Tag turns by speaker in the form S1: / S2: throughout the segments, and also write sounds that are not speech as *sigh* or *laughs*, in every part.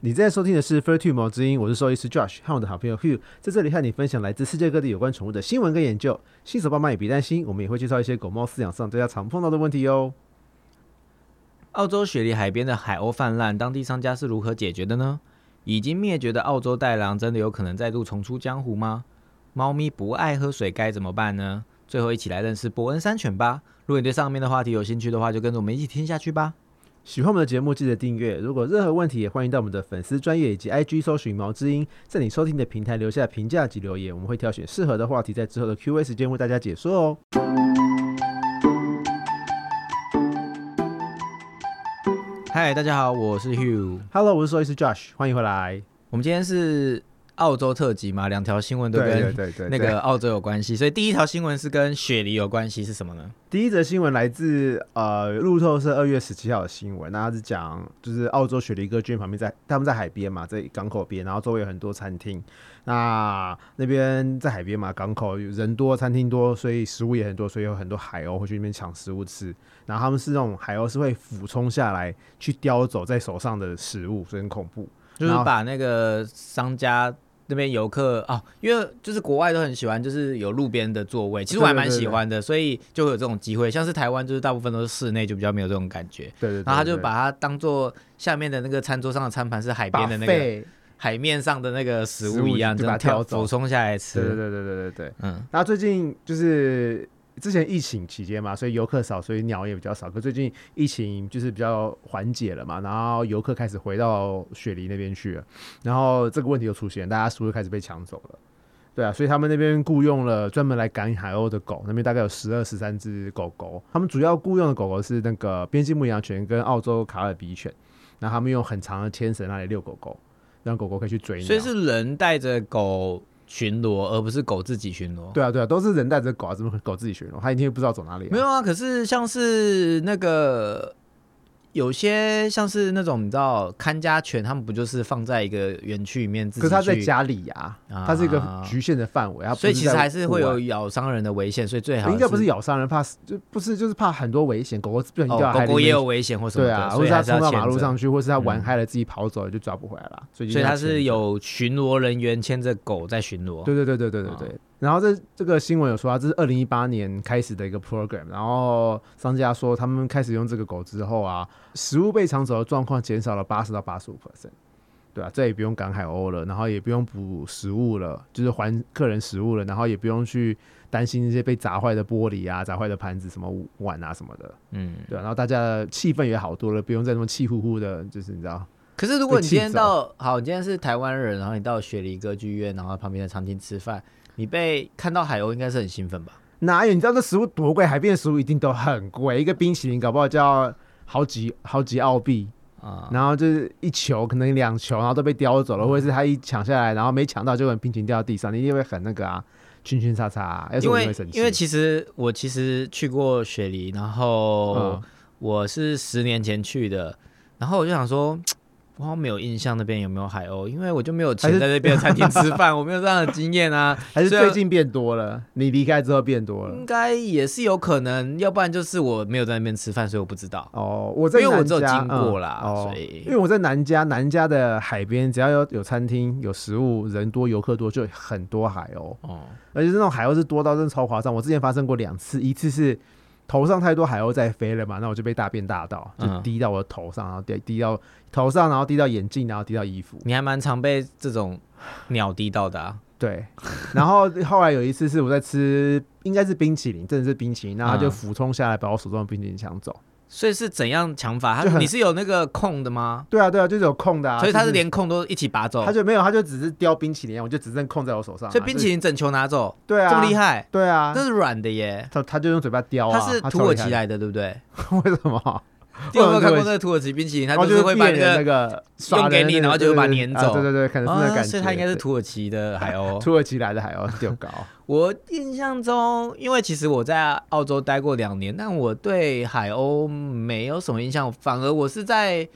S1: 你正在收听的是《Fur Two 毛之音》，我是兽医师 Josh 和我的好朋友 Hugh，在这里和你分享来自世界各地有关宠物的新闻跟研究。新手爸妈也别担心，我们也会介绍一些狗猫饲养上大家常碰到的问题哦。
S2: 澳洲雪梨海边的海鸥泛滥，当地商家是如何解决的呢？已经灭绝的澳洲袋狼真的有可能再度重出江湖吗？猫咪不爱喝水该怎么办呢？最后一起来认识伯恩山犬吧。如果你对上面的话题有兴趣的话，就跟着我们一起听下去吧。
S1: 喜欢我们的节目，记得订阅。如果有任何问题，也欢迎到我们的粉丝专业以及 IG 搜寻“毛之音”，在你收听的平台留下评价及留言，我们会挑选适合的话题，在之后的 Q&A 时间为大家解说哦。
S2: 嗨，大家好，我是 Hugh。
S1: Hello，我是兽医师 Josh，欢迎回来。
S2: 我们今天是澳洲特辑嘛，两条新闻都跟
S1: 对对
S2: 那个澳洲有关系，所以第一条新闻是跟雪梨有关系，是什么呢？
S1: 第一则新闻来自呃路透社二月十七号的新闻，那它是讲就是澳洲雪梨歌剧院旁边在他们在海边嘛，在港口边，然后周围有很多餐厅，那那边在海边嘛，港口人多，餐厅多，所以食物也很多，所以有很多海鸥会去那边抢食物吃，然后他们是那种海鸥是会俯冲下来去叼走在手上的食物，所以很恐怖。
S2: 就是
S1: 然后
S2: 把那个商家那边游客啊、因为就是国外都很喜欢，就是有路边的座位，其实我还蛮喜欢的，所以就会有这种机会。像是台湾，就是大部分都是室内，就比较没有这种感觉。
S1: 对对对
S2: 然后他就
S1: 对
S2: 把它当做下面的那个餐桌上的餐盘是海边的那个
S1: Buffet
S2: 海面上的那个食物一
S1: 食
S2: 样，
S1: 物
S2: 这
S1: 就把它挑
S2: 样跳
S1: 走
S2: 走冲下来
S1: 对对
S2: 吃。
S1: 对对对对对。
S2: 嗯，
S1: 那最近就是之前疫情期间嘛，所以游客少，所以鸟也比较少。可最近疫情就是比较缓解了嘛，然后游客开始回到雪梨那边去了，然后这个问题又出现，大家食物开始被抢走了。对啊，所以他们那边雇佣了专门来赶海鸥的狗，那边大概有十二、十三只狗狗。他们主要雇佣的狗狗是那个边境牧羊犬跟澳洲卡尔比犬，然后他们用很长的牵绳那里遛狗狗，让狗狗可以去追鸟。
S2: 所以是人带着狗巡逻，而不是狗自己巡逻。
S1: 对啊，对啊，都是人带着狗啊，怎么可能狗自己巡逻？它一定不知道走哪里、啊。
S2: 没有啊，可是像是那个有些像是那种你知道看家犬，他们不就是放在一个园区里面自己
S1: 可是他在
S2: 去，
S1: 家里呀、
S2: 啊
S1: 它是一个局限的范围，它不
S2: 所以其实
S1: 在
S2: 还是
S1: 户
S2: 会有
S1: 外。
S2: 咬伤人的危险，所以最好
S1: 应该不是咬伤人，怕死就不是就是怕很多危险，狗狗不小心掉
S2: 哦，
S1: 海里
S2: 狗狗
S1: 面
S2: 也
S1: 去
S2: 有危险或什么
S1: 对
S2: 的，
S1: 啊，或
S2: 所
S1: 者
S2: 以
S1: 是它
S2: 还是要
S1: 冲到马
S2: 牵
S1: 路
S2: 着
S1: 上。去，或是它玩
S2: 嗯
S1: 嗨了自己跑走了就抓不回来了，所以
S2: 所以
S1: 它
S2: 它是有巡逻人员牵着狗在巡逻，
S1: 对对对对对对对。然后这这个新闻有说啊，这是二零一八年开始的一个 program，然后商家说他们开始用这个狗之后啊，食物被抢走的状况减少了八十到八十五 percent，对啊，再也不用赶海鸥了，然后也不用补食物了，就是还客人食物了，然后也不用去担心那些被砸坏的玻璃啊、砸坏的盘子、什么碗啊什么的，
S2: 嗯。
S1: 对啊、然后大家的气氛也好多了，不用再那么气呼呼的，就是你知道，
S2: 可是如果你今天
S1: 被气
S2: 到好，你今天是台湾人，然后你到雪梨歌剧院，然后旁边的餐厅吃饭，你被看到海鸥应该是很兴奋吧？
S1: 哪有？你知道这食物多贵？海边的食物一定都很贵，一个冰淇淋搞不好就要好几好几澳币，
S2: 啊、
S1: 然后就是一球可能两球，然后都被叼走了，或者是他一抢下来，然后没抢到，就很冰淇淋掉到地上，你一定会很那个啊，圈圈叉叉、啊，要是
S2: 嗯因
S1: 我就
S2: 为
S1: 会生气。
S2: 因为其实我其实去过雪梨，然后
S1: 嗯
S2: 我是十年前去的，然后我就想说，我好像没有印象那边有没有海鸥，因为我就没有
S1: 还
S2: 钱
S1: 是
S2: 在那边的餐厅吃饭，我 *laughs* 没有这样的经验啊。
S1: *laughs* 还是
S2: 虽然
S1: 最近变多了，你离开之后变多了
S2: 应。该也是有可能，要不然就是我没有在那边吃饭，所以我不知道。
S1: 哦，我在
S2: 因为我
S1: 南
S2: 只有
S1: 加
S2: 经过啦，
S1: 嗯哦
S2: 所
S1: 因
S2: 以
S1: 为我在南加，南加的海边只要有有餐厅、有食物、人多、游客多，就很多海鸥。
S2: 哦，
S1: 而且是那种海鸥是多到真的超夸张。我之前发生过两次，一次是头上太多海鸥在飞了嘛，那我就被大便大到，就
S2: 嗯
S1: 滴到我的头上，然后滴滴到头上，然后滴到眼镜，然后滴到衣服。
S2: 你还蛮常被这种鸟滴到的啊。
S1: 对，然后后来有一次是我在吃，应该是冰淇淋，真的是冰淇淋，然后它就
S2: 嗯
S1: 俯冲下来把我手中的冰淇淋抢走。
S2: 所以是怎样抢法？
S1: 就
S2: 他
S1: 很
S2: 你是有那个空的吗？
S1: 对啊，对啊，就是有空的啊，
S2: 所以他
S1: 就是
S2: 连空都一起拔走
S1: 他，就没有，他就只是叼冰淇淋，我就只剩空在我手上啊、
S2: 所以冰淇淋整球拿走，
S1: 对啊，
S2: 这么厉
S1: 害，
S2: 害，
S1: 对啊
S2: 这，是软的耶。
S1: 他他就用嘴巴叼啊，
S2: 它是
S1: 他
S2: 土
S1: 超
S2: 耳
S1: 厉害哦
S2: 其来的，对不对？
S1: 的， *laughs* 为什么？
S2: 你有没
S1: 为什么
S2: 有看
S1: 土耳其
S2: 过那个土耳其冰淇淋？它
S1: 然后
S2: 就是会把
S1: 变
S2: 那
S1: 成那
S2: 个
S1: 个耍
S2: 用给
S1: 人的
S2: 你
S1: 那个
S2: 然后就把
S1: 对对
S2: 它
S1: 对
S2: 碾
S1: 啊
S2: 走
S1: 对对对，可能是那个
S2: 啊，
S1: 感觉。
S2: 所以它应该是
S1: 对
S2: 土哦耳其的海鸥。
S1: *laughs* 土耳其来的海鸥丢
S2: *laughs*
S1: 高，
S2: 我印象中，因为其实我在澳洲待过两年，但我对海鸥没有什么印象，反而我是在。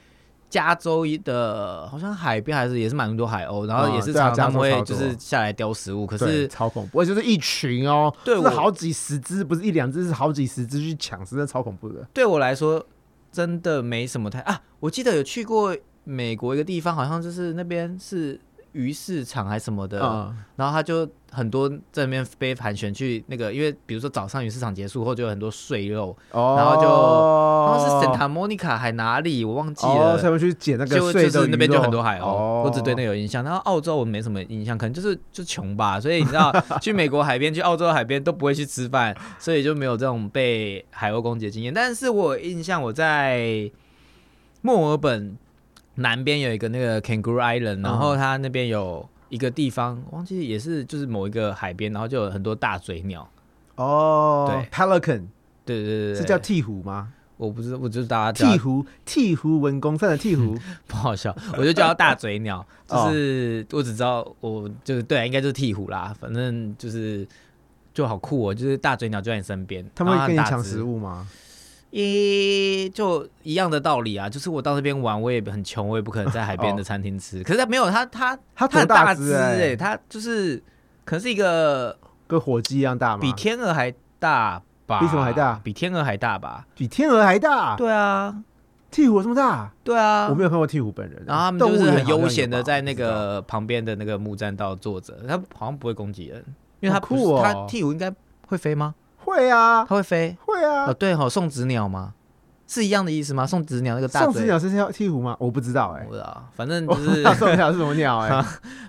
S2: 加州的，好像海边还是也是蛮多海鸥，然后也是
S1: 对啊
S2: 常常
S1: 加州
S2: 他们
S1: 超
S2: 会
S1: 多
S2: 就是下来叼食物，可
S1: 对
S2: 是
S1: 超恐怖，而且就是一群哦，
S2: 对
S1: 是
S2: 我
S1: 好几十只，不是一两只，是好几十只去抢，真的超恐怖的。
S2: 对我来说真的没什么太啊。我记得有去过美国一个地方，好像就是那边是鱼市场还什么的，
S1: 嗯
S2: 然后他就很多在那边被盘旋去那个，因为比如说早上鱼市场结束后就有很多碎肉，
S1: 哦，
S2: 然后就
S1: 然
S2: 好像是 Santa Monica 还哪里我忘记
S1: 哦，所以
S2: 了。
S1: 我们去捡那个
S2: 就
S1: 碎
S2: 就
S1: 的
S2: 是那边
S1: 鱼
S2: 就
S1: 肉
S2: 很多海鸥，
S1: 哦、
S2: 我只对那有印象。然后澳洲我没什么印象，可能就是就穷吧，所以你知道去美国海边、去澳洲海边都不会去吃饭，所以就没有这种被海鸥攻击的经验。但是我有印象我在墨尔本南边有一个那个 Kangaroo
S1: 嗯
S2: Island，然后它那边有一个地方，忘记也是就是某一个海边，然后就有很多大嘴鸟。
S1: 哦，
S2: 对
S1: ，pelican
S2: 对对对对，啊
S1: 是叫鹈鹕吗？
S2: 我不知我就大家叫它
S1: 鹈鹕，鹈鹕文公犯的鹈
S2: *laughs*
S1: 鹕，
S2: 不好笑，我就叫它大
S1: *laughs*
S2: 嘴鸟，
S1: 哦
S2: 就是我只知道我就是对啊，应该就是鹈鹕啦，反正就是就好酷哦，就是大嘴鸟就在你身边，
S1: 他们
S2: 然
S1: 会
S2: 后
S1: 跟你
S2: 啊很大
S1: 抢
S2: 只
S1: 食，物吗？
S2: 咦，就一样的道理啊，就是我到那边玩，我也很穷，我也不可能在海边的餐厅吃，可是它没有它它
S1: 它
S2: 它
S1: 哦多
S2: 很大
S1: 只
S2: 哎、
S1: 欸，
S2: 它就是可能是一个
S1: 跟火鸡一样大吗？
S2: 比天鹅还大吧，
S1: 比什么还大
S2: 比天鹅还大吧？
S1: 比天鹅还大，
S2: 对啊，
S1: 鹈鹕有这么大？
S2: 对啊，
S1: 我没有看过鹈鹕本人，
S2: 然后他们
S1: 动
S2: 就
S1: 物
S2: 是
S1: 园
S2: 很
S1: 好像
S2: 悠
S1: 有
S2: 闲的
S1: 吧
S2: 在
S1: 我
S2: 那
S1: 不知道
S2: 个旁边的那个木栈道坐着，他好像不会攻击人，因为他
S1: 好
S2: 不是
S1: 酷哦
S2: 他鹈鹕应该会飞吗？
S1: 会啊
S2: 它会飞？
S1: 会啊
S2: 哦，，对哦，送子鸟吗？是一样的意思吗？送子鸟那个大
S1: 送
S2: 嘴
S1: 子，鸟是叫鹈鹕吗？我不知道
S2: 我
S1: 哎
S2: 不，知道，反正
S1: *laughs* 我
S2: 就
S1: 不知
S2: *laughs* 是
S1: 道送鸟是什么鸟哎，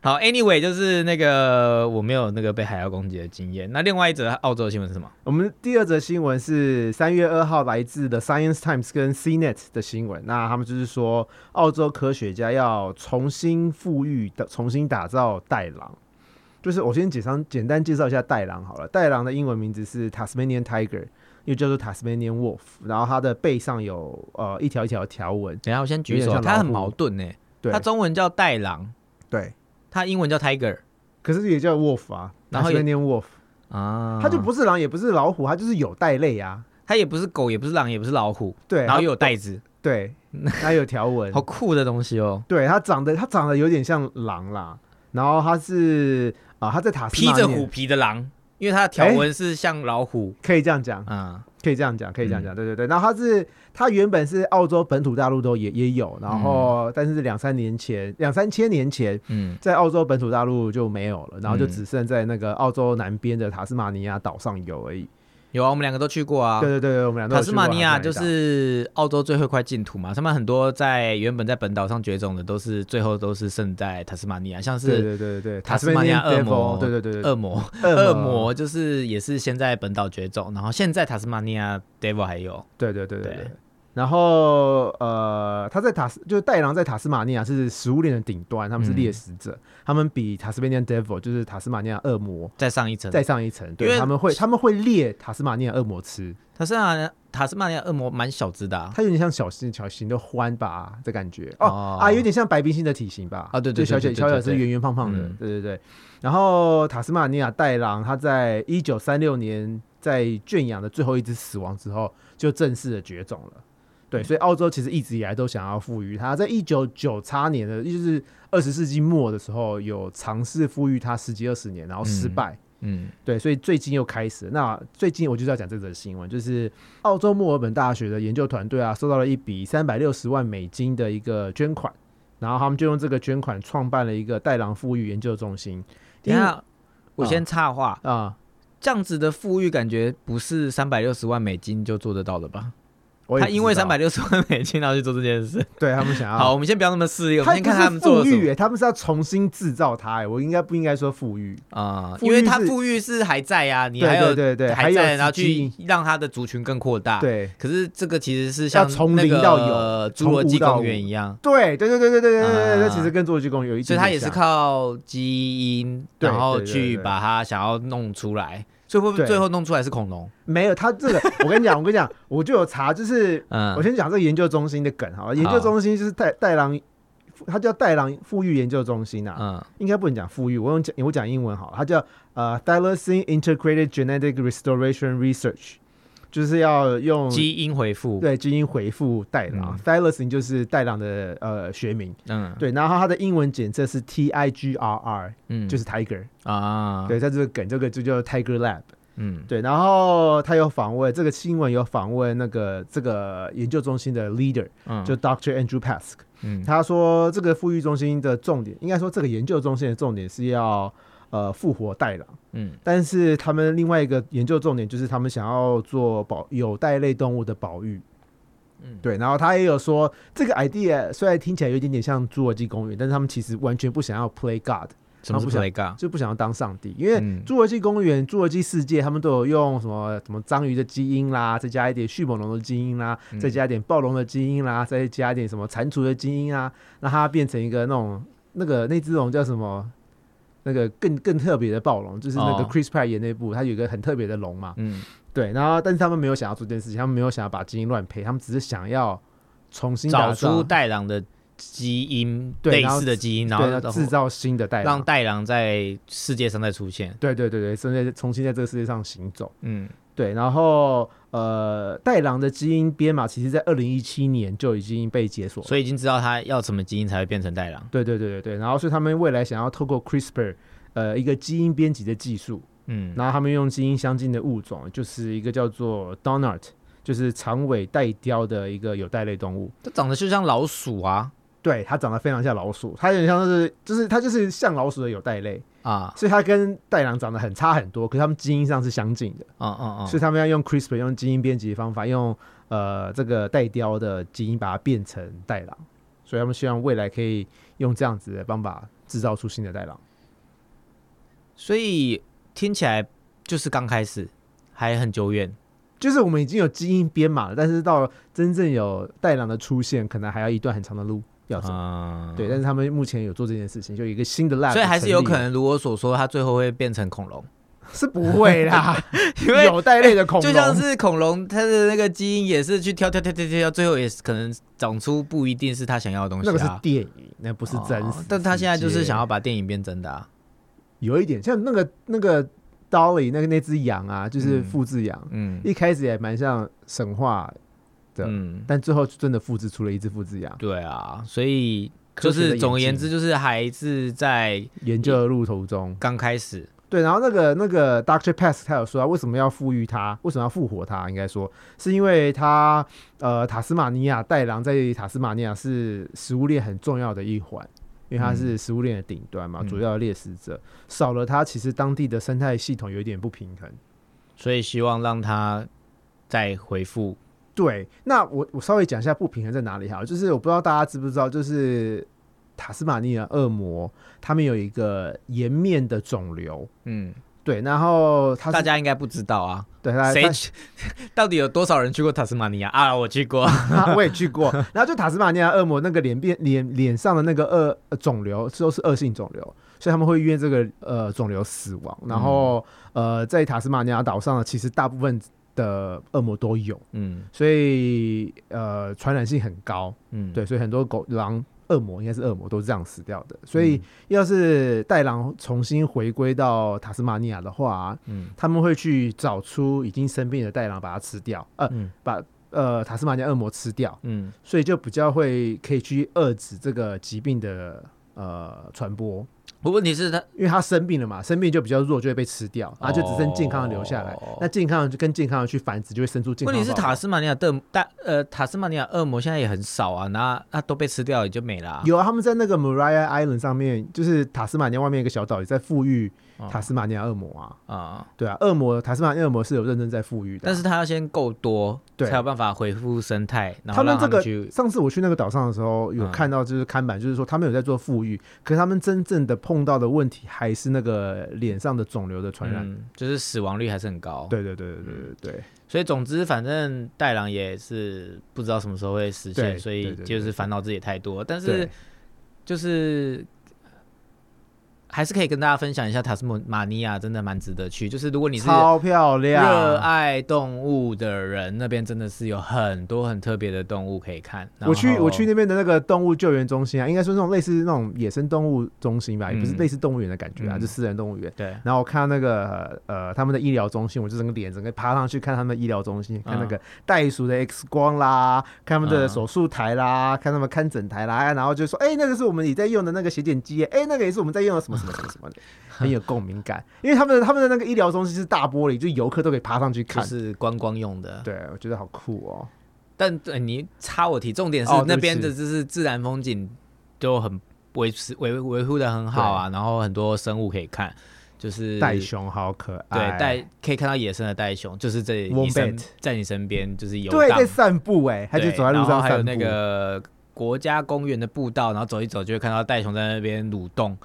S2: 好。Anyway，就是那个我没有那个被海妖攻击的经验。那另外一则澳洲的新闻是什么？
S1: 我们第二则新闻是三月二号来自的《Science Times》跟 CNET 的新闻。那他们就是说，澳洲科学家要重新富裕的、重新打造袋狼。就是我先简单简单介绍一下袋狼好了。袋狼的英文名字是 Tasmanian Tiger，又叫做 Tasmanian Wolf。然后它的背上有呃一条一条的条纹。
S2: 等一下我先举
S1: 有点
S2: 手，
S1: 像
S2: 它很
S1: 老虎
S2: 矛盾呢。
S1: 对
S2: 它中文叫袋狼，
S1: 对，
S2: 它英文叫 tiger
S1: 可是也叫 Wolf 啊
S2: 然后也
S1: ，Tasmanian Wolf。
S2: 啊，
S1: 它就不是狼，也不是老虎，它就是有袋类啊。
S2: 它也不是狗，也不是狼，也不是老虎，
S1: 对，
S2: 然后
S1: 它
S2: 又有袋子，
S1: 对，它有条纹
S2: *laughs* 好。酷的东西哦。
S1: 对，它长得它长得有点像狼啦，然后它是啊、它在塔斯
S2: 披
S1: 马
S2: 着
S1: 尼
S2: 虎
S1: 亚，
S2: 皮的狼，因为它的条纹是像老虎
S1: 可以这样讲，
S2: 啊、
S1: 可以这样讲，可以这样
S2: 嗯
S1: 讲，对对对。然后它是它原本是澳洲本土大陆都也也有，然后但是两三年前，两三千年前。
S2: 嗯，
S1: 在澳洲本土大陆就没有了，然后就
S2: 嗯
S1: 只剩在那个澳洲南边的塔斯马尼亚岛上有而已。
S2: 有啊，我们两个都去过啊
S1: 对。对对对，我们俩都有
S2: 塔斯
S1: 去过啊
S2: 马尼亚
S1: 岛
S2: 就是澳洲最后一块净土嘛，他们很多在原本在本岛上绝种的，都是最后都是剩在塔斯马尼亚，像
S1: 对
S2: 是
S1: 对对对，
S2: 塔斯马尼亚
S1: Tasmanian
S2: 恶魔
S1: Devil，对对对对，
S2: 恶魔，恶
S1: 恶
S2: 魔就是也是先在本岛绝种，然后现在塔斯马尼亚 devil 还有，
S1: 对对对对
S2: 对
S1: 对。然后呃，他在塔斯就是袋狼在塔斯马尼亚是食物链的顶端，他们是猎食者，他们比塔斯马尼亚 devil 就是塔斯马尼亚恶魔
S2: 再上一层，
S1: 再上一层，
S2: 因
S1: 对
S2: 为
S1: 他们会他们会猎塔斯马尼亚恶魔吃，
S2: 塔斯马尼亚塔斯马尼亚恶魔蛮小只的啊，
S1: 它有点像小型小型的獾吧的感觉哦
S2: 哦
S1: 啊，有点像白冰星的体型吧
S2: 啊对
S1: 就
S2: 对
S1: 小小
S2: 对对
S1: 小
S2: 对
S1: 小
S2: 对
S1: 是圆圆胖胖的，
S2: 嗯
S1: 对对对。然后塔斯马尼亚袋狼，它在一九三六年在圈养的最后一只死亡之后，就正式的绝种了。
S2: 嗯
S1: 对，所以澳洲其实一直以来都想要富裕它，在一九九叉年的，也就是二十世纪末的时候，有尝试富裕它十几二十年，然后失
S2: 嗯
S1: 败。
S2: 嗯，
S1: 对，所以最近又开始。那最近我就是要讲这则新闻，就是澳洲墨尔本大学的研究团队啊，收到了一笔三百六十万美金的一个捐款，然后他们就用这个捐款创办了一个带狼富裕研究中心。
S2: 等一下我
S1: 啊
S2: 先插话，
S1: 啊、
S2: 这样子的富裕感觉不是三百六十万美金就做得到的吧？
S1: 我也
S2: 他
S1: 不
S2: 因为
S1: 知道
S2: 三百六十万美金然后去做这件事。
S1: 对他们想要
S2: 好，，我们先不要那么势利，我们
S1: 他
S2: 先看他
S1: 不
S2: 们
S1: 是
S2: 做
S1: 富
S2: 了什
S1: 裕、
S2: 么
S1: 欸，他们是要重新制造它、欸。我应该不应该说富裕？
S2: 啊、
S1: 富裕
S2: 因为他
S1: 是
S2: 富裕是还在啊，你还
S1: 对
S2: 有
S1: 对对对，还有
S2: 在，然后
S1: 资金
S2: 去啊让他的族群更扩大。，
S1: 对。
S2: 可是这个其实是像
S1: 要从
S2: 那
S1: 零
S2: 个
S1: 到有
S2: 呃侏
S1: 从
S2: 罗
S1: 无
S2: 纪
S1: 到
S2: 公
S1: 有
S2: 园一样，
S1: 对对对对对对对对对，
S2: 啊
S1: 其实跟侏罗纪公园有一点
S2: 所以他也是
S1: 像
S2: 靠基因，
S1: 对
S2: 然后
S1: 对对
S2: 去
S1: 对
S2: 把它想要弄出来。所以会不会
S1: 对
S2: 最后弄出来是恐龙？
S1: 没有他这个，我跟你讲，我跟你讲，我就有查，就是
S2: 嗯
S1: 我，先讲这个研究中心的梗好了，研究中心就是带带狼，它叫带狼富裕研究中心啊，
S2: 嗯，
S1: 应该不能讲富裕，我用讲我讲英文好了，它叫呃 Thylacine Integrated Genetic Restoration Research，就是要用
S2: 基因回复，
S1: 对基因回复带狼、
S2: 嗯
S1: t h y l a c i n e 就是带狼的呃学名，
S2: 嗯，
S1: 对，然后它的英文简称是 T I G R R，、
S2: 嗯，
S1: 就是 Tiger，、
S2: 啊，
S1: 对，在这个梗这个就叫 Tiger Lab。
S2: 嗯，
S1: 对，然后他有访问这个新闻，有访问那个这个研究中心的 leader，
S2: 嗯，
S1: 就 Dr. Andrew Pask，
S2: 嗯，
S1: 他说，这个富裕中心的重点，应该说这个研究中心的重点是要呃复活袋狼，
S2: 嗯，
S1: 但是他们另外一个研究重点就是他们想要做保有袋类动物的保育。
S2: 嗯
S1: 对，然后他也有说，这个 idea 虽然听起来有一点点像侏罗纪公园，但是他们其实完全不想要 play God，
S2: 什么是
S1: 不想
S2: play g
S1: 就不想要当上帝，因为
S2: 嗯
S1: 侏罗纪公园、侏罗纪世界，他们都有用什么什么章鱼的基因啦，再加一点迅猛龙的基因啦，
S2: 嗯
S1: 再加一点暴龙的基因啦，再加一点什么蟾蜍的基因啊，让它变成一个那种那个那只龙叫什么？那个更更特别的暴龙，就是那个
S2: 哦
S1: Chris Pratt 演那部，它有一个很特别的龙嘛。
S2: 嗯，
S1: 对，然后但是他们没有想要做这件事情，他们没有想要把基因乱配，他们只是想要重新打
S2: 找
S1: 造
S2: 出袋狼的基因
S1: 对
S2: 类
S1: 然后
S2: 似的基因，然
S1: 对，
S2: 后
S1: 要制造新的代
S2: 让
S1: 狼，
S2: 袋狼在世界上再出现。
S1: 对对对对，甚至重新在这个世界上行走。
S2: 嗯
S1: 对，然后呃，袋狼的基因编码其实在二零一七年就已经被解锁了。
S2: 所以已经知道它要什么基因才会变成袋狼。
S1: 对对对对对，然后所以他们未来想要透过 CRISPR，呃，一个基因编辑的技术，
S2: 嗯
S1: 然后他们用基因相近的物种，就是一个叫做 Donut，就是长尾带貂的一个有袋类动物。
S2: 它长得就像老鼠啊
S1: 对，它长得非常像老鼠，它有点像是，就是它就是像老鼠的有袋类，
S2: 啊
S1: 所以它跟袋狼长得很差很多，可是它们基因上是相近的。
S2: 啊啊啊！
S1: 所以他们要用 CRISPR 用基因编辑的方法，用呃这个带雕的基因把它变成袋狼，所以他们希望未来可以用这样子的方法制造出新的袋狼。
S2: 所以听起来就是刚开始，还很久远。
S1: 就是我们已经有基因编码了，但是到真正有袋狼的出现，可能还要一段很长的路要走。
S2: 嗯，
S1: 对，但是他们目前有做这件事情，就有一个新的 lab，
S2: 所以还是有
S1: 成立
S2: 可能，如我所说，它最后会变成恐龙，
S1: 是不会啦，
S2: *laughs* 因为
S1: 有袋类的恐龙
S2: 就像是恐龙，它的那个基因也是去挑挑挑挑挑，最后也是可能长出不一定是它想要的东西、
S1: 那个
S2: 啊。
S1: 是电影，那不是真实世界、
S2: 哦但他现在就是想要把电影变真的啊。
S1: 有一点像那个那个 Dolly 那个那只羊啊，就是复制羊，
S2: 嗯
S1: 一开始也蛮像神话，的
S2: 嗯，
S1: 但最后就真的复制出了一只复制羊。
S2: 对啊，所以
S1: 科
S2: 就
S1: 学的
S2: 是总而言
S1: 演
S2: 之，就是还是在
S1: 研究的路途中，
S2: 刚开始。
S1: 对，然后那个那个 Doctor Pass 他有说啊，为什么要富裕它？为什么要复活它？应该说是因为它呃，塔斯马尼亚袋狼在塔斯马尼亚是食物链很重要的一环。因为它是嗯食物链的顶端嘛，
S2: 嗯
S1: 主要的猎食者少了它，其实当地的生态系统有一点不平衡。
S2: 所以希望让他再回复。
S1: 对，那我我稍微讲一下不平衡在哪里好了，就是我不知道大家知不知道，就是塔斯马尼亚恶魔他们有一个颜面的肿瘤，
S2: 嗯，
S1: 对，然后他
S2: 大家应该不知道啊，
S1: 对他
S2: 谁
S1: 他
S2: 去？ *laughs* 到底有多少人去过塔斯马尼亚啊？我去
S1: *laughs*
S2: 过。
S1: 他我也去过，然后就塔斯马尼亚恶魔那个脸变脸脸上的那个恶呃肿瘤都是恶性肿瘤，所以他们会因为这个呃肿瘤死亡，然后、呃在塔斯马尼亚岛上呢，其实大部分的恶魔都有，
S2: 嗯
S1: 所以呃传染性很高。
S2: 嗯，
S1: 对，所以很多狗狼恶魔应该是恶魔都是这样死掉的。
S2: 嗯
S1: 所以要是带狼重新回归到塔斯马尼亚的话，
S2: 嗯
S1: 他们会去找出已经生病的带狼，把它吃掉，呃，
S2: 嗯
S1: 把呃塔斯马尼亚恶魔吃掉，
S2: 嗯
S1: 所以就比较会可以去遏制这个疾病的呃传播。
S2: 我问题是他
S1: 因为他生病了嘛，生病就比较弱，就会被吃掉，然后就只剩健康的留下来。
S2: 哦
S1: 那健康的就跟健康的去繁殖，就会生出健康
S2: 问
S1: 的
S2: 题
S1: 宝
S2: 是
S1: 宝。
S2: 塔斯马尼亚的大呃塔斯马尼亚恶魔现在也很少啊，那那都被吃掉也就没啦。
S1: 有啊，他们在那个 Maria Island 上面，就是塔斯马尼亚外面一个小岛，也在富裕
S2: 哦
S1: 塔斯马尼亚恶魔啊。
S2: 啊，
S1: 对啊，恶魔塔斯马尼亚恶魔是有认真在富裕的啊、
S2: 但是它要先够多，
S1: 对
S2: 才有办法恢复生态，
S1: 他
S2: 然后
S1: 们
S2: 让
S1: 这
S2: 它们
S1: 个
S2: 去
S1: 上次我去那个岛上的时候，有
S2: 嗯
S1: 看到就是看板，就是说他们有在做富裕，可是他们真正的碰到的问题还是那个脸上的肿瘤的传染。
S2: 嗯，就是死亡率还是很高。，
S1: 对对对对对对对，
S2: 所以总之反正袋狼也是不知道什么时候会实
S1: 对
S2: 现，所以
S1: 对对对
S2: 就是烦恼自己也太多，但
S1: 对
S2: 是就是。还是可以跟大家分享一下塔斯马尼亚，真的蛮值得去。就是如果你是
S1: 超漂亮，
S2: 热爱动物的人，那边真的是有很多很特别的动物可以看。然
S1: 我去
S2: 后
S1: 我去那边的那个动物救援中心啊，应该说那种类似那种野生动物中心吧，也不是
S2: 嗯
S1: 类似动物园的感觉啊，
S2: 嗯
S1: 就私人动物园。
S2: 对，
S1: 然后我看到那个呃他们的医疗中心，我就整个脸整个爬上去看他们的医疗中心，看那个袋鼠的 X 光啦，看他们的
S2: 嗯
S1: 手术台啦，看他们看诊台啦，然后就说哎、那个是我们也在用的那个血检机耶，哎、那个也是我们在用的什么什么什么什
S2: *laughs*
S1: 么的，很有共鸣感，因为他们的他们的那个医疗中心是大玻璃，就游客都可以爬上去
S2: 就
S1: 看，
S2: 是观光用的。
S1: 对我觉得好酷哦。
S2: 但呃你插我题，重点是
S1: 哦对
S2: 那
S1: 不
S2: 边的
S1: 起
S2: 就是自然风景都很维持维维护的很好啊，然后很多生物可以看，就是
S1: 袋熊好可爱，
S2: 对袋可以看到野生的袋熊，就是这你
S1: Wombat
S2: 身在你身边就是游
S1: 对
S2: 荡
S1: 在，散步哎、他就
S2: 对
S1: 走在路
S2: 然后
S1: 上
S2: 还有
S1: 散步，
S2: 那个国家公园的步道，然后走一走就会看到袋熊在那边蠕动，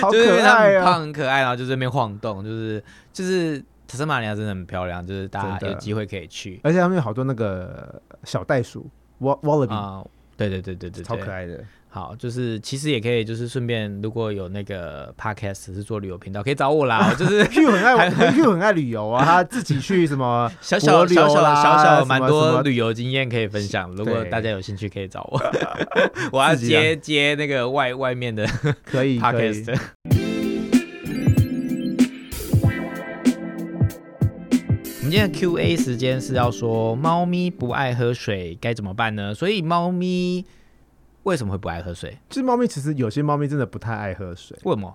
S1: 好
S2: 就是因
S1: 可
S2: 为它
S1: 爱
S2: 很
S1: 啊、
S2: 胖很可爱，然后就在那边晃动，就是就是塔斯马尼亚真的很漂亮，就是大家
S1: 真的
S2: 有机会可以去
S1: 而且他们有好多那个小袋鼠 wall wallaby，、
S2: 啊、对对对对对，
S1: 超
S2: 对
S1: 可爱的。
S2: 好，就是其实也可以，就是顺便如果有那个 podcast 是做旅游频道，可以找我啦。我就是 *laughs*
S1: Q 很爱 Q 很爱旅游啊，他自己去什么
S2: 小小
S1: 国
S2: 小
S1: 流
S2: 小
S1: 啦
S2: 小
S1: 什
S2: 小
S1: 么
S2: 蛮
S1: 什
S2: 多
S1: 么
S2: 旅游经验可以分享，如果
S1: 对
S2: 大家有兴趣可以找
S1: *laughs*
S2: 我。我要
S1: 自己啊
S2: 接接那个外外面的
S1: 可以可以
S2: podcast。我们今天的 Q&A 时间是要说猫咪不爱喝水该怎么办呢？所以猫咪为什么会不爱喝水？
S1: 就是猫咪其实有些猫咪真的不太爱喝水，
S2: 为什么？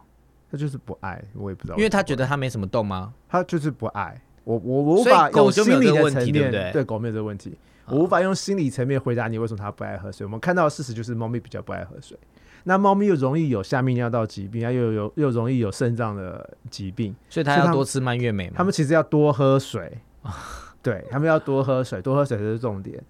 S1: 它就是不爱，我也不知道为什么，
S2: 因为它觉得它没什么动吗？
S1: 它就是不爱。我我我无
S2: 所以
S1: 法
S2: 狗
S1: 用
S2: 就没有
S1: 心理
S2: 这个
S1: 的层
S2: 问题对不
S1: 面
S2: 对哦
S1: 对狗没有这个问题，我无法用心理层面回答你为什么它不爱喝水。我们看到的事实就是猫咪比较不爱喝水，那猫咪又容易有下泌尿道疾病，它又有又容易有肾脏的疾病，
S2: 所以他
S1: 所以
S2: 要
S1: 他
S2: 多吃蔓越莓嘛。
S1: 它们其实要多喝水， *laughs* 对，它们要多喝水，多喝水才是重点。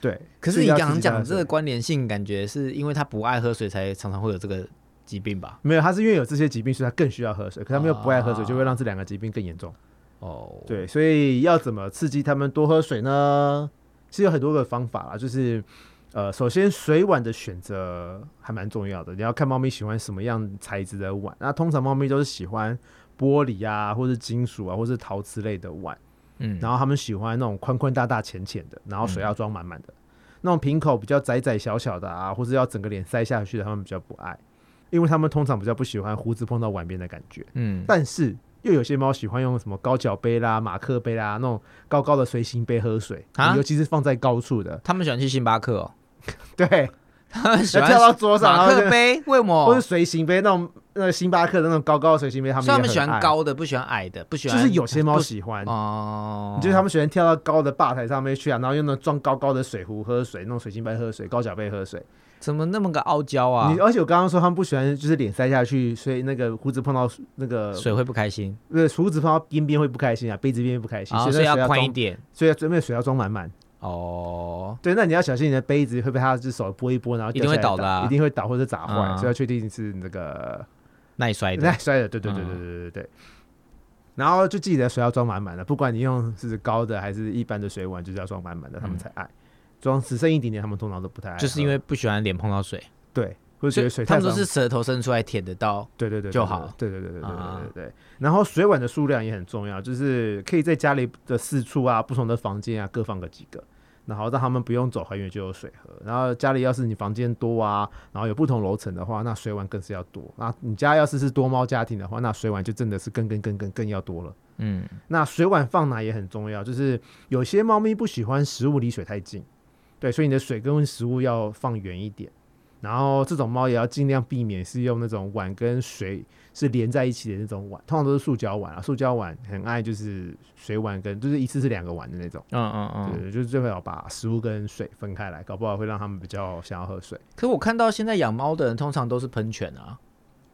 S1: 对，
S2: 可是
S1: 所以
S2: 你
S1: 要
S2: 刚
S1: 自己
S2: 刚
S1: 加
S2: 讲
S1: 水
S2: 这个关联性，感觉是因为他不爱喝水，才常常会有这个疾病吧？
S1: 没有，它是因为有这些疾病，所以它更需要喝水。可它们又不爱喝水，
S2: 啊
S1: 就会让这两个疾病更严重。
S2: 哦，，
S1: 对，所以要怎么刺激它们多喝水呢？其实有很多个方法啦，就是呃，首先水碗的选择还蛮重要的，你要看猫咪喜欢什么样材质的碗。那通常猫咪都是喜欢玻璃啊，或是金属啊，或是陶瓷类的碗。
S2: 嗯，
S1: 然后它们喜欢那种宽宽大大、浅浅的，然后水
S2: 嗯
S1: 要装满满的。那种瓶口比较窄窄小小的啊，或者要整个脸塞下去的，它们比较不爱，因为它们通常比较不喜欢胡子碰到碗边的感觉。
S2: 嗯，
S1: 但是又有些猫喜欢用什么高脚杯啦、马克杯啦那种高高的随行杯喝水，
S2: 啊
S1: 尤其是放在高处的，
S2: 他们喜欢去星巴克哦，
S1: 对，
S2: 他们喜
S1: 要
S2: 欢
S1: 跳到桌上，然
S2: 马
S1: 后
S2: 克
S1: 就
S2: 杯，为
S1: *laughs*
S2: 什
S1: 或是
S2: 么？
S1: 随行杯那种那个星巴克的那种高高的随行杯，他
S2: 所
S1: 们也
S2: 以他们喜
S1: 很
S2: 欢
S1: 爱，
S2: 高的，不喜欢矮的，不喜
S1: 就
S2: 欢
S1: 是有些猫喜欢。
S2: 哦，
S1: 就是他们喜欢跳到高的吧台上面去啊，然后用那种装高高的水壶喝水，那种水晶杯喝水，高脚杯喝水。
S2: 怎么那么个傲娇啊
S1: 你？而且我刚刚说他们不喜欢，就是脸塞下去，所以那个胡子碰到那个
S2: 水会不开心，
S1: 呃，胡子碰到边边会不开心啊，杯子边边不开心，
S2: 啊，
S1: 所
S2: 所以
S1: 以
S2: 要
S1: 那水
S2: 宽一
S1: 装，
S2: 点
S1: 所以要准备水要装满满。
S2: 哦。
S1: 对，那你要小心你的杯子会被他只手拨一拨，然后
S2: 一定会
S1: 掉下来
S2: 倒的啊
S1: 一定会倒或者砸坏，
S2: 嗯
S1: 所以要确定是那个
S2: 耐摔
S1: *laughs*
S2: 的
S1: 耐摔的。对对对对
S2: 哎嗯
S1: 对对对。然后就记得水要装满满的，不管你用是高的还是一般的水碗，就是要装满满的，他们才爱。装只剩一点点，他们通常都不太爱喝，
S2: 嗯就是因为不喜欢脸碰到水，
S1: 对，或者觉
S2: 所
S1: 得水
S2: 以他
S1: 太
S2: 们都
S1: 脏
S2: 是舌头伸出来舔得到。
S1: 对对对
S2: 就
S1: 对
S2: 好
S1: 对对对对对对
S2: 啊
S1: 对对对。然后水碗的数量也很重要，就是可以在家里的四处啊、不同的房间啊各放个几个，然后让他们不用走很远就有水喝。然后家里要是你房间多啊，然后有不同楼层的话，那水碗更是要多。那你家要是是多猫家庭的话，那水碗就真的是更更更更更要多了。
S2: 嗯，
S1: 那水碗放哪也很重要，就是有些猫咪不喜欢食物离水太近，对，所以你的水跟食物要放远一点。然后这种猫也要尽量避免是用那种碗跟水是连在一起的那种碗，通常都是塑胶碗啊，塑胶碗很爱就是水碗跟就是一次是两个碗的那种，
S2: 嗯嗯嗯，
S1: 对，就是最好把食物跟水分开来，搞不好会让他们比较想要喝水。
S2: 可我看到现在养猫的人通常都是喷泉
S1: *laughs*
S2: 啊，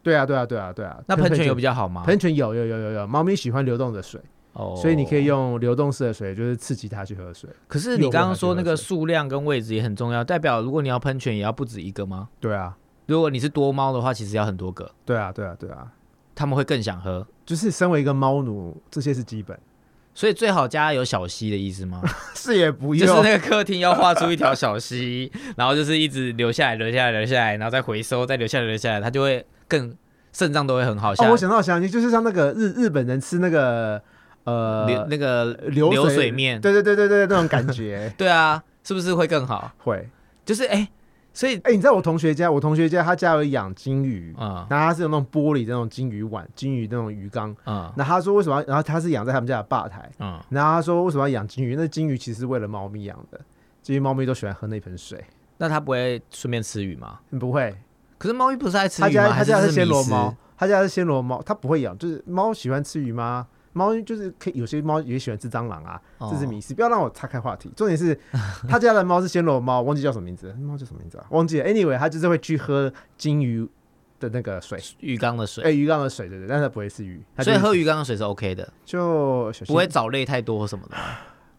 S1: 对啊，对啊，对啊，对啊。
S2: 那
S1: 跟
S2: 喷泉有比较好吗？
S1: 喷泉有有有有有，猫咪喜欢流动的水，
S2: 哦
S1: 所以你可以。用流动式的水，就是刺激它去喝水。
S2: 可是
S1: 诱
S2: 你
S1: 惑
S2: 刚刚
S1: 它去
S2: 说
S1: 喝
S2: 那个
S1: 水
S2: 数量跟位置也很重要，代表如果你要喷泉也要不止一个吗？
S1: 对啊，
S2: 如果你是多猫的话，其实要很多个，
S1: 对啊，对啊，对啊，
S2: 他们会更想喝。
S1: 就是身为一个猫奴，这些是基本，
S2: 所以最好家有小溪的意思吗？
S1: *laughs*
S2: *laughs*
S1: 是也不
S2: 就是
S1: 用。
S2: 那个客厅要画出一条小溪， *laughs* 然后就是一直流下来、流下来、流下来，然后再回收、再流下来、流下来，它就会更肾脏都会很好。像
S1: 哦，我想到我想起，就是像那个日日本人吃那个呃
S2: 流那个
S1: 流
S2: 流水面，
S1: 对对对对对，那种感 *laughs* 觉
S2: 对啊，是不是会更好？
S1: 会。
S2: 就是哎、所以
S1: 哎、你知道我同学家，我同学家他家有养金鱼，
S2: 嗯
S1: 然后他是有那种玻璃的那种金鱼碗、金鱼那种鱼缸。
S2: 嗯
S1: 那他说为什么要？然后他是养在他们家的吧台。
S2: 嗯，
S1: 然后他说为什么要养金鱼？那金鱼其实是为了猫咪养的，因为猫咪都喜欢喝那盆水。嗯
S2: 那它不会顺便吃鱼吗？
S1: 不会，
S2: 可是猫咪不是爱吃
S1: 他
S2: 鱼吗？
S1: 家
S2: 还
S1: 他
S2: 是
S1: 家
S2: 这
S1: 是暹
S2: 迷
S1: 罗
S2: 思
S1: 猫，，他家是暹罗猫，他不会养，就是猫喜欢吃鱼吗？猫就是可以，有些猫也喜欢吃蟑螂啊，
S2: 哦
S1: 这是迷思。不要让我岔开话题。重点是
S2: *laughs*
S1: 他家的猫是暹罗猫，忘记叫什么名字，猫叫什么名字啊？忘记了。Anyway，它就是会去喝金鱼的那个水，
S2: 浴缸的水，
S1: 哎、鱼缸的水，对对，但是它不会吃鱼，它就
S2: 所以
S1: 是
S2: 喝鱼缸的水是 OK 的，
S1: 就小心
S2: 不会藻类太多什么的吗。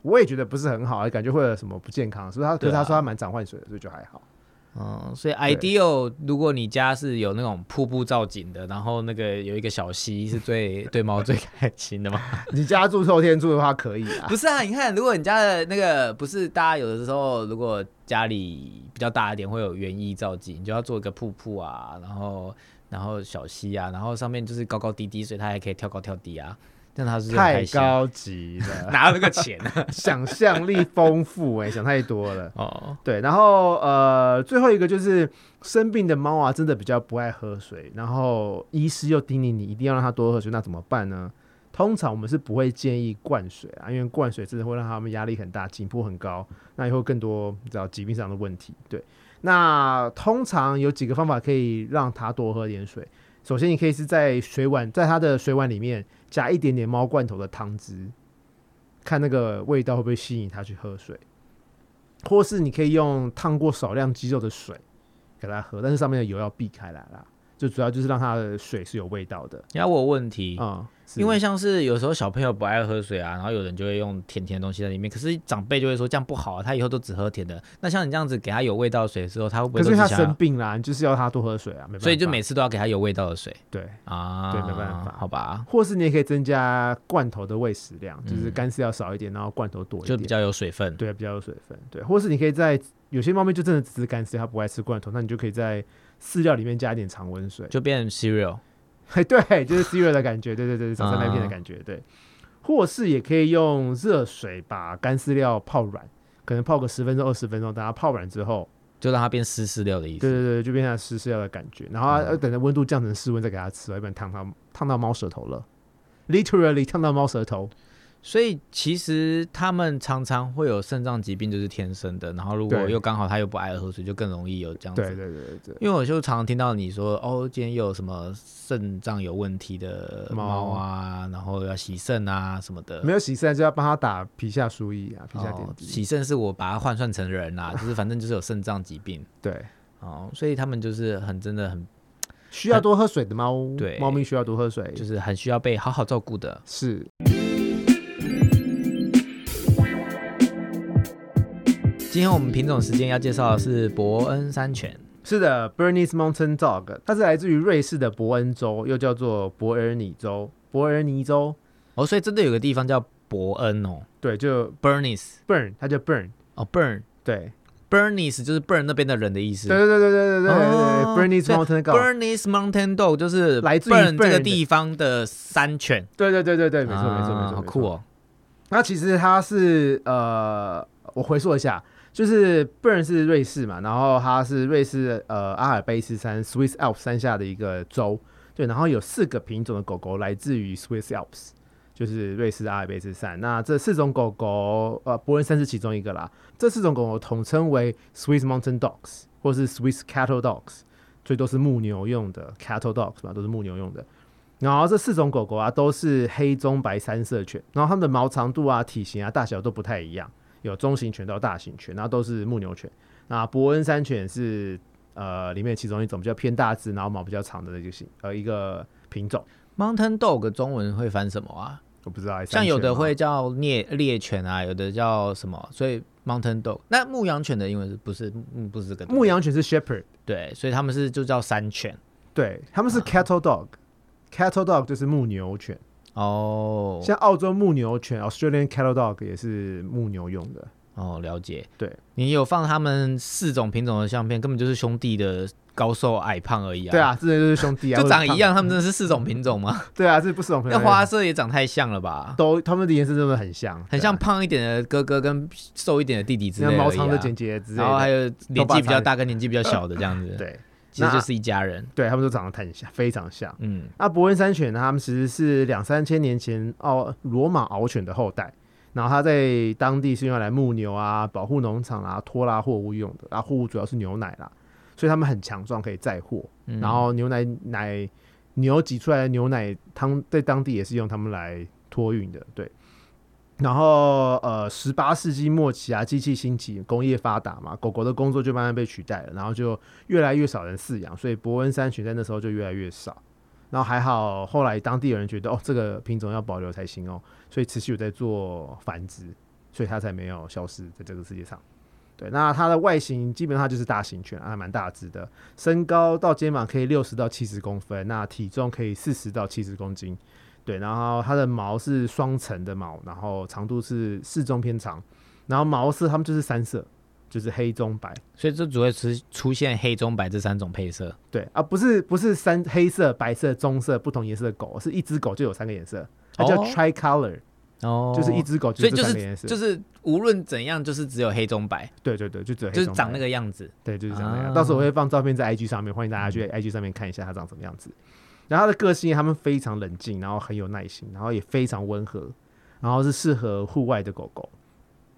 S1: 我也觉得不是很好，啊感觉会有什么不健康，所以他可
S2: 对啊
S1: 是他说他蛮常换水的，所以就还好。 *laughs*
S2: 嗯，所以 ideal，如果你家是有那种瀑布造景的，然后那个有一个小溪，是最对猫最开心的嘛？
S1: 你家住透天住的话可以啊，
S2: 不是啊，你看，如果你家的那个不是大家有的时候，如果家里比较大一点，会有园艺造景，你就要做一个瀑布啊，然后然后小溪啊，然后上面就是高高低低，所以它还可以跳高跳低啊， *laughs* 但它是很
S1: 太
S2: 开心，啊
S1: 高级了，
S2: 哪有那个钱啊？
S1: 想象力丰富哎、想太多了。
S2: *laughs* 哦，
S1: 对，然后呃，最后一个就是生病的猫啊，真的比较不爱喝水，然后医师又叮咛你一定要让它多喝水，那怎么办呢？通常我们是不会建议灌水啊，因为灌水真的会让它们压力很大，紧迫很高，那以后更多你知道疾病上的问题。对，那通常有几个方法可以让它多喝点水。首先，你可以是在水碗，在它的水碗里面加一点点猫罐头的汤汁，看那个味道会不会吸引它去喝水。或是你可以用烫过少量鸡肉的水给它喝，但是上面的油要避开来啦。就主要就是让它的水是有味道的
S2: 你要我有问题，
S1: 啊、嗯是
S2: 因为像是有时候小朋友不爱喝水啊，然后有人就会用甜甜的东西在里面，可是长辈就会说这样不好、啊，他以后都只喝甜的。那像你这样子给他有味道的水之后，他会不
S1: 可是
S2: 会都
S1: 因为它
S2: 只想
S1: 生
S2: 要？
S1: 病啦，你就是要它多喝水啊，没办法。
S2: 所以就每次都要给他有味道的水
S1: 对，
S2: 啊？
S1: 对没办法
S2: 好吧，
S1: 或是你也可以增加罐头的喂食量，就是
S2: 嗯
S1: 干饲要少一点，然后罐头多一
S2: 就
S1: 点，
S2: 比较有水分。
S1: 对比较有水分。对，或是你可以在有些猫咪就真的只吃干饲，它不爱吃罐头，那你就可以在饲料里面加一点常温水。
S2: 就变成 cereal，
S1: 嘿， *laughs* 对，就是 cereal 的感觉，对对对，早餐
S2: 啊
S1: 麦片的感觉，对。或是也可以用热水把干饲料泡软，可能泡个十分钟、二十分钟，等它泡软之后，
S2: 就让它变湿湿料的意
S1: 对
S2: 思。嗯
S1: 对对，就变成湿饲料的感觉。然后它要等它温度降成室温再给它吃，要不然烫到烫到猫舌头了，literally 烫到猫舌头。
S2: 所以其实他们常常会有肾脏疾病，就是天生的。然后如果
S1: 对
S2: 又刚好他又不爱喝水，就更容易有这样子
S1: 对对对对，
S2: 因为我就常常听到你说，哦，今天又有什么肾脏有问题的猫啊，然后要洗肾啊什么的。
S1: 没有洗肾就要帮它打皮下输液啊，皮下点
S2: 哦，
S1: 滴。
S2: 洗肾是我把它换算成人啦、就是反正就是有肾脏疾病
S1: 对，
S2: 哦，所以他们就是很真的很
S1: 需要多喝水的猫，
S2: 对
S1: 猫咪需要多喝水，
S2: 就是很需要被好好照顾的。
S1: 是
S2: 今天我们品种时间要介绍的是伯恩山犬，
S1: 是的，Bernese Mountain Dog，它是来自于瑞士的伯恩州，又叫做伯尔尼州、伯尔尼州。
S2: 哦，所以真的有个地方叫伯恩哦
S1: 对，就
S2: ，Bernice
S1: Burn，它叫 Burn。
S2: 哦，Burn。
S1: 对，
S2: Bernice 就是 burn 那边的人的意思。
S1: 对对对对对对对
S2: 哦
S1: 对，Bernese
S2: 所以
S1: Mountain Dog。
S2: Bernice Mountain Dog 就是
S1: 来自于
S2: Burn 这
S1: Burn
S2: 个
S1: 的
S2: 地方的山犬，
S1: 对对对对对，没错
S2: 啊
S1: 没错没错，
S2: 好
S1: 没错
S2: 酷！哦！
S1: 那其实它是呃，我回溯一下，就是 Burn 是瑞士嘛，然后它是瑞士呃阿尔卑斯山 Swiss Alps 山下的一个州，对，然后有四个品种的狗狗来自于 Swiss Alps，就是瑞士阿尔卑斯山。那这四种狗狗，呃，伯恩山是其中一个啦。这四种狗狗统称为 Swiss Mountain Dogs 或是 Swiss Cattle Dogs，所以都是牧牛用的 Cattle Dogs 嘛，都是牧牛用的。然后这四种狗狗啊，都是黑棕白三色犬，然后它们的毛长度啊、体型啊、大小都不太一样，有中型犬到大型犬，然后都是牧牛犬。那伯恩山犬是呃里面其中一种比较偏大只，然后毛比较长的一个型呃一个品种，
S2: Mountain Dog 中文会翻什么啊？
S1: 我不知道。
S2: 像有的
S1: 山犬吗
S2: 会叫猎猎犬啊，有的叫什么，所以 Mountain Dog。那牧羊犬的英文是不是嗯不是这个东西
S1: 牧羊犬是 shepherd，
S2: 对，所以他们是就叫山犬
S1: 对，他们是
S2: 啊
S1: cattle dog，cattle dog 就是牧牛犬，
S2: 哦
S1: 像澳洲牧牛犬 Australian cattle dog 也是牧牛用的。
S2: 哦了解。
S1: 对
S2: 你有放他们四种品种的相片，根本就是兄弟的高瘦矮胖而已啊。
S1: 对，啊，这就是兄弟啊，
S2: 就长一
S1: 或者
S2: 样，他们真的是四种品种吗
S1: 胖。？对啊，这不是我们
S2: 那花色也长太像了吧？
S1: 都他们的颜色真的很像，
S2: 很像胖一点的哥哥跟瘦一点的弟弟之
S1: 对
S2: 类
S1: 啊
S2: 的、
S1: 像
S2: 啊，
S1: 毛长的姐姐之类
S2: 然后还
S1: 的。
S2: 有年纪比较大跟年纪比较小的这样子，，
S1: 对
S2: 其实就是一家人。
S1: 对，他们都长得很像，非常像。
S2: 嗯，
S1: 那伯恩山犬呢，它们其实是两三千年前奥罗马獒犬的后代，然后它在当地是用来牧牛啊、保护农场啊、拖拉货物用的，然后货物主要是牛奶啦，所以它们很强壮，可以载货。
S2: 嗯
S1: 然后牛奶奶牛挤出来的牛奶汤在当地也是用它们来托运的，对。然后呃，十八世纪末期啊，机器兴起，工业发达嘛，狗狗的工作就慢慢被取代了，然后就越来越少人饲养，所以伯恩山犬在那时候就越来越少。然后还好，后来当地人觉得哦，这个品种要保留才行哦，所以持续有在做繁殖，所以它才没有消失在这个世界上。对，那它的外形基本上就是大型犬，啊还蛮大只的，身高到肩膀可以六十到七十公分，那体重可以四十到七十公斤。对，然后它的毛是双层的毛，然后长度是适中偏长，然后毛色它们就是三色，就是黑中白。
S2: 所以这主要是出现黑、中、白这三种配色。
S1: 对啊，不是不是三黑色、白色、棕色不同颜色的狗，是一只狗就有三个颜色，它叫
S2: 哦
S1: tricolor，、
S2: 哦
S1: 就是一，只狗就
S2: 所以
S1: 这
S2: 就
S1: 三个颜色。
S2: 是就是无论怎样，就是只有黑、中、白，
S1: 对对对，就只有黑
S2: 就是
S1: 中
S2: 长
S1: 白
S2: 那个样子。
S1: 对，就是长那样。
S2: 啊
S1: 到时候我会放照片在 IG 上面，欢迎大家去 IG 上面看一下它长什么样子。然后它的个性，它们非常冷静，然后很有耐心，然后也非常温和，然后是适合户外的狗狗。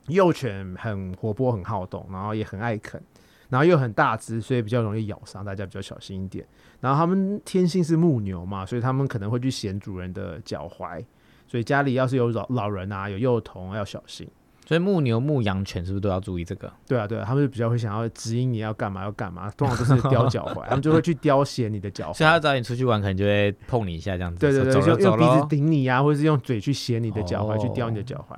S1: 幼犬很活泼、很好动，然后也很爱啃，然后又很大只，所以比较容易咬伤，大家比较小心一点。然后它们天性是牧牛嘛，所以它们可能会去衔主人的脚踝，所以家里要是有老老人啊、有幼童要小心。
S2: 所以牧牛、牧羊犬是不是都要注意这个？
S1: 对啊，对啊，他们就比较会想要指引你要干嘛要干嘛，通常都是叼脚
S2: *laughs*
S1: 踝，他们就会去叼斜你的脚
S2: 所以他
S1: 踝。
S2: 找你出去玩，可能就会碰你一下这样子。
S1: 对对对，
S2: 走
S1: 就
S2: 了走
S1: 用鼻子
S2: 了。
S1: 顶你啊，或者是用嘴去斜你的脚踝，
S2: 哦
S1: 去叼你的脚踝。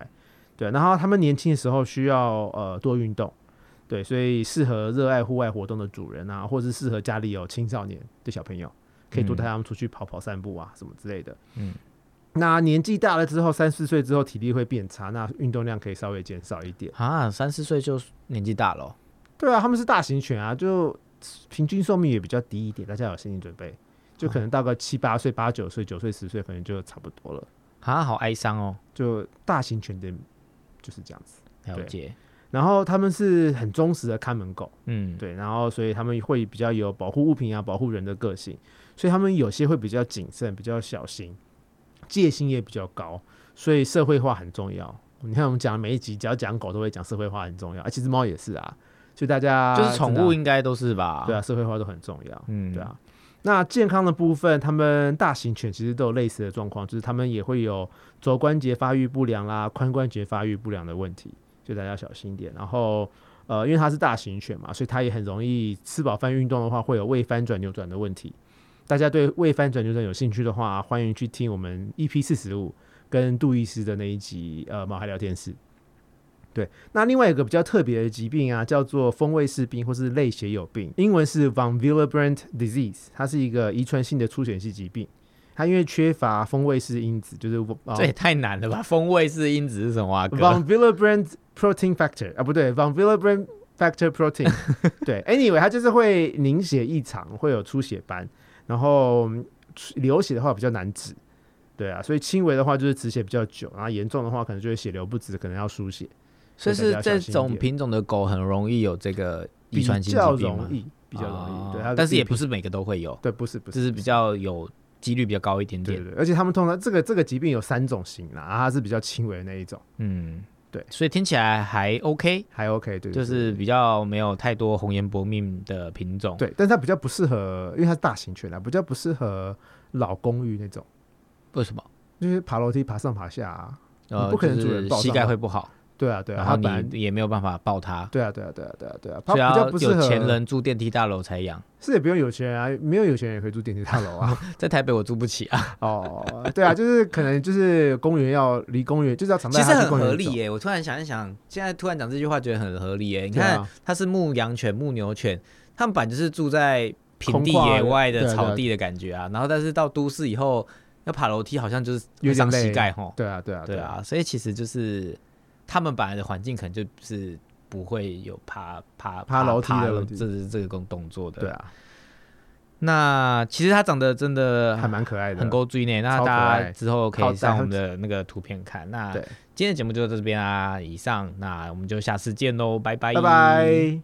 S1: 对，然后他们年轻的时候需要呃多运动，对，所以适合热爱户外活动的主人啊，或者是适合家里有青少年的小朋友，可以多带他们出去跑跑散步啊，什么之类的。
S2: 嗯，
S1: 那年纪大了之后，三四岁之后体力会变差，那运动量可以稍微减少一点。
S2: 啊，三四岁就年纪大了哦、
S1: 对啊，他们是大型犬啊，就平均寿命也比较低一点，大家有心理准备，就可能到个七八岁、八九岁、九岁、十岁，可能就差不多了。
S2: 啊，好哀伤哦。
S1: 就大型犬的就是这样子。
S2: 了解，
S1: 然后他们是很忠实的看门狗，
S2: 嗯，
S1: 对，然后所以他们会比较有保护物品啊、保护人的个性，所以他们有些会比较谨慎、比较小心，戒心也比较高，所以社会化很重要。你看我们讲每一集，只要讲狗都会讲社会化很重要，啊，其实猫也是啊，所以大家
S2: 就是宠
S1: 知道
S2: 物应该都是吧？
S1: 对啊，，社会化都很重要。
S2: 嗯，
S1: 对，啊。那健康的部分，他们大型犬其实都有类似的状况，就是他们也会有肘关节发育不良啦、髋关节发育不良的问题，所以大家要小心一点。然后，呃，因为它是大型犬嘛，所以它也很容易吃饱饭运动的话，会有胃翻转扭转的问题。大家对胃翻转扭转有兴趣的话，欢迎去听我们 EP 四十五跟杜医师的那一集呃毛孩聊天室。对，那另外一个比较特别的疾病啊，叫做风味氏病或是类血友病，英文是 von Willebrand disease，它是一个遗传性的出血性疾病。它因为缺乏风味氏因子，就是呃
S2: 这也太难了吧？风味是因子是什么啊？哥，
S1: von Willebrand protein factor 啊，不对，von Willebrand factor
S2: *laughs*
S1: protein 。对，anyway，它就是会凝血异常，会有出血斑，然后嗯出流血的话比较难止。对啊，所以轻微的话就是止血比较久，然后严重的话可能就会血流不止，可能要输血，
S2: 所以是这
S1: 所以大家要小心一
S2: 种
S1: 点
S2: 品种的狗很容易有这个遗
S1: 比
S2: 传性
S1: 较
S2: 疾病
S1: 容
S2: 吗？
S1: 易，比较容易。
S2: 哦
S1: 对，它
S2: 但是也不
S1: 是
S2: 是每个都会有，
S1: 对，不是不是
S2: 就是比较有几率比较高一点
S1: 对
S2: 点。
S1: 对对，而且他们通常这个这个疾病有三种型啦，啊然后它是比较轻微的那一种，
S2: 嗯，
S1: 对
S2: 所以听起来还 OK，
S1: 还 OK，对，对
S2: 就
S1: 对
S2: 是比较没有太多红颜薄命的品种。
S1: 对，但是它比较不适合，因为它是大型犬啦，比较不适合老公寓那种。
S2: 为什么？
S1: 就是爬楼梯爬上爬下、啊。
S2: 呃，
S1: 不可能
S2: 就
S1: 主人
S2: 是
S1: 抱上
S2: 膝盖
S1: 吧
S2: 会不好，
S1: 对啊，对啊，
S2: 然
S1: 他
S2: 后
S1: 本来
S2: 你也没有办法抱它，
S1: 对啊，对啊，对啊，对啊，对啊，他
S2: 所以
S1: 比较
S2: 要
S1: 不适合
S2: 有钱人住电梯大楼才养。
S1: 是也不用有钱人啊，没有有钱人也可以住电梯大楼啊。 *laughs*
S2: 在台北我住不起啊，
S1: 哦，对啊，就是可能就是公园要离公园就是要常
S2: 其
S1: 带
S2: 实
S1: 他去
S2: 很
S1: 公园
S2: 合
S1: 走
S2: 理耶、我突然想一想，现在突然讲这句话，觉得很合理耶、你
S1: 对
S2: 看，
S1: 啊
S2: 它是牧羊犬、牧牛犬，它们本来就是住在平地
S1: 空旷的
S2: 野外的
S1: 对啊对啊
S2: 草地的感觉啊，然后但是到都市以后，要爬楼梯好像就是
S1: 有点
S2: 会伤膝
S1: 累
S2: 盖吼。
S1: 对啊，对啊，
S2: 对，啊，所以其实就是他们本来的环境可能就是不会有爬爬
S1: 爬楼梯的
S2: 爬
S1: 问题
S2: 这是这个动动作的。
S1: 对，啊，
S2: 那其实它长得真的
S1: 还蛮可爱的，
S2: 很勾追呢。那
S1: 超可
S2: 大
S1: 爱
S2: 家之后可
S1: 好
S2: 以上
S1: 它
S2: 我们的那个图片看。那
S1: 对，
S2: 啊今天的节目就到这边啦，以上那我们就下次见喽，拜拜，
S1: 拜拜。